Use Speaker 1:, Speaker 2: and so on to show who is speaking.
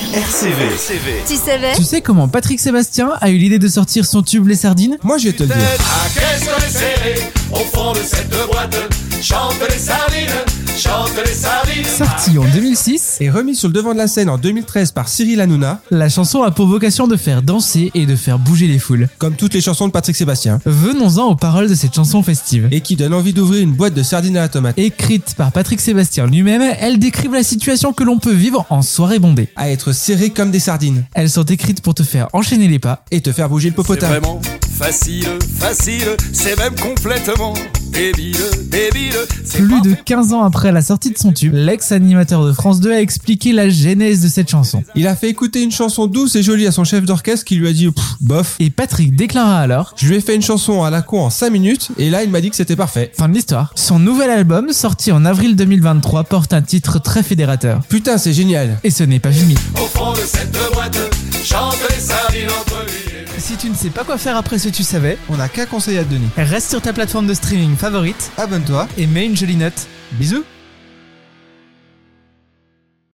Speaker 1: RCV.
Speaker 2: Tu savais
Speaker 3: Tu sais comment Patrick Sébastien a eu l'idée de sortir son tube Les Sardines
Speaker 4: Moi, je vais te le dire.
Speaker 5: À caisse qu'on est serré, au fond de cette boîte, chante les sardines, chante les sardines.
Speaker 3: Sortie en 2006,
Speaker 4: Et remis sur le devant de la scène en 2013 par Cyril Hanouna,
Speaker 3: la chanson a pour vocation de faire danser et de faire bouger les foules.
Speaker 4: comme toutes les chansons de Patrick Sébastien,
Speaker 3: Venons-en aux paroles de cette chanson festive.
Speaker 4: et qui donne envie d'ouvrir une boîte de sardines à la tomate.
Speaker 3: Écrite par Patrick Sébastien lui-même, elles décrivent la situation que l'on peut vivre en soirée bondée.
Speaker 4: À être serré comme des sardines,
Speaker 3: Elles sont écrites pour te faire enchaîner les pas,
Speaker 4: et te faire bouger le
Speaker 5: C'est
Speaker 4: popotin.
Speaker 5: vraiment facile, facile, c'est même complètement débile, débile. C'est
Speaker 3: Plus
Speaker 5: pas
Speaker 3: de 15 ans après la sortie de son tube, l'ex-animateur de France 2 a expliqué la genèse de cette chanson.
Speaker 4: Il a fait écouter une chanson douce et jolie à son chef d'orchestre qui lui a dit Pff, bof.
Speaker 3: Et Patrick déclara alors,
Speaker 4: Je lui ai fait une chanson à la con en 5 minutes, et là, il m'a dit que c'était parfait.
Speaker 3: fin de l'histoire, son nouvel album, sorti en avril 2023, porte un titre très fédérateur.
Speaker 4: Putain, c'est génial.
Speaker 3: Et ce n'est pas fini.
Speaker 5: Au fond de cette boîte, chante les sardines entre lui et
Speaker 3: Si tu ne sais pas quoi faire après ce tu savais,
Speaker 4: On n'a qu'un conseil à te donner.
Speaker 3: reste sur ta plateforme de streaming favorite
Speaker 4: Abonne-toi.
Speaker 3: et mets une jolie note.
Speaker 4: Bisous.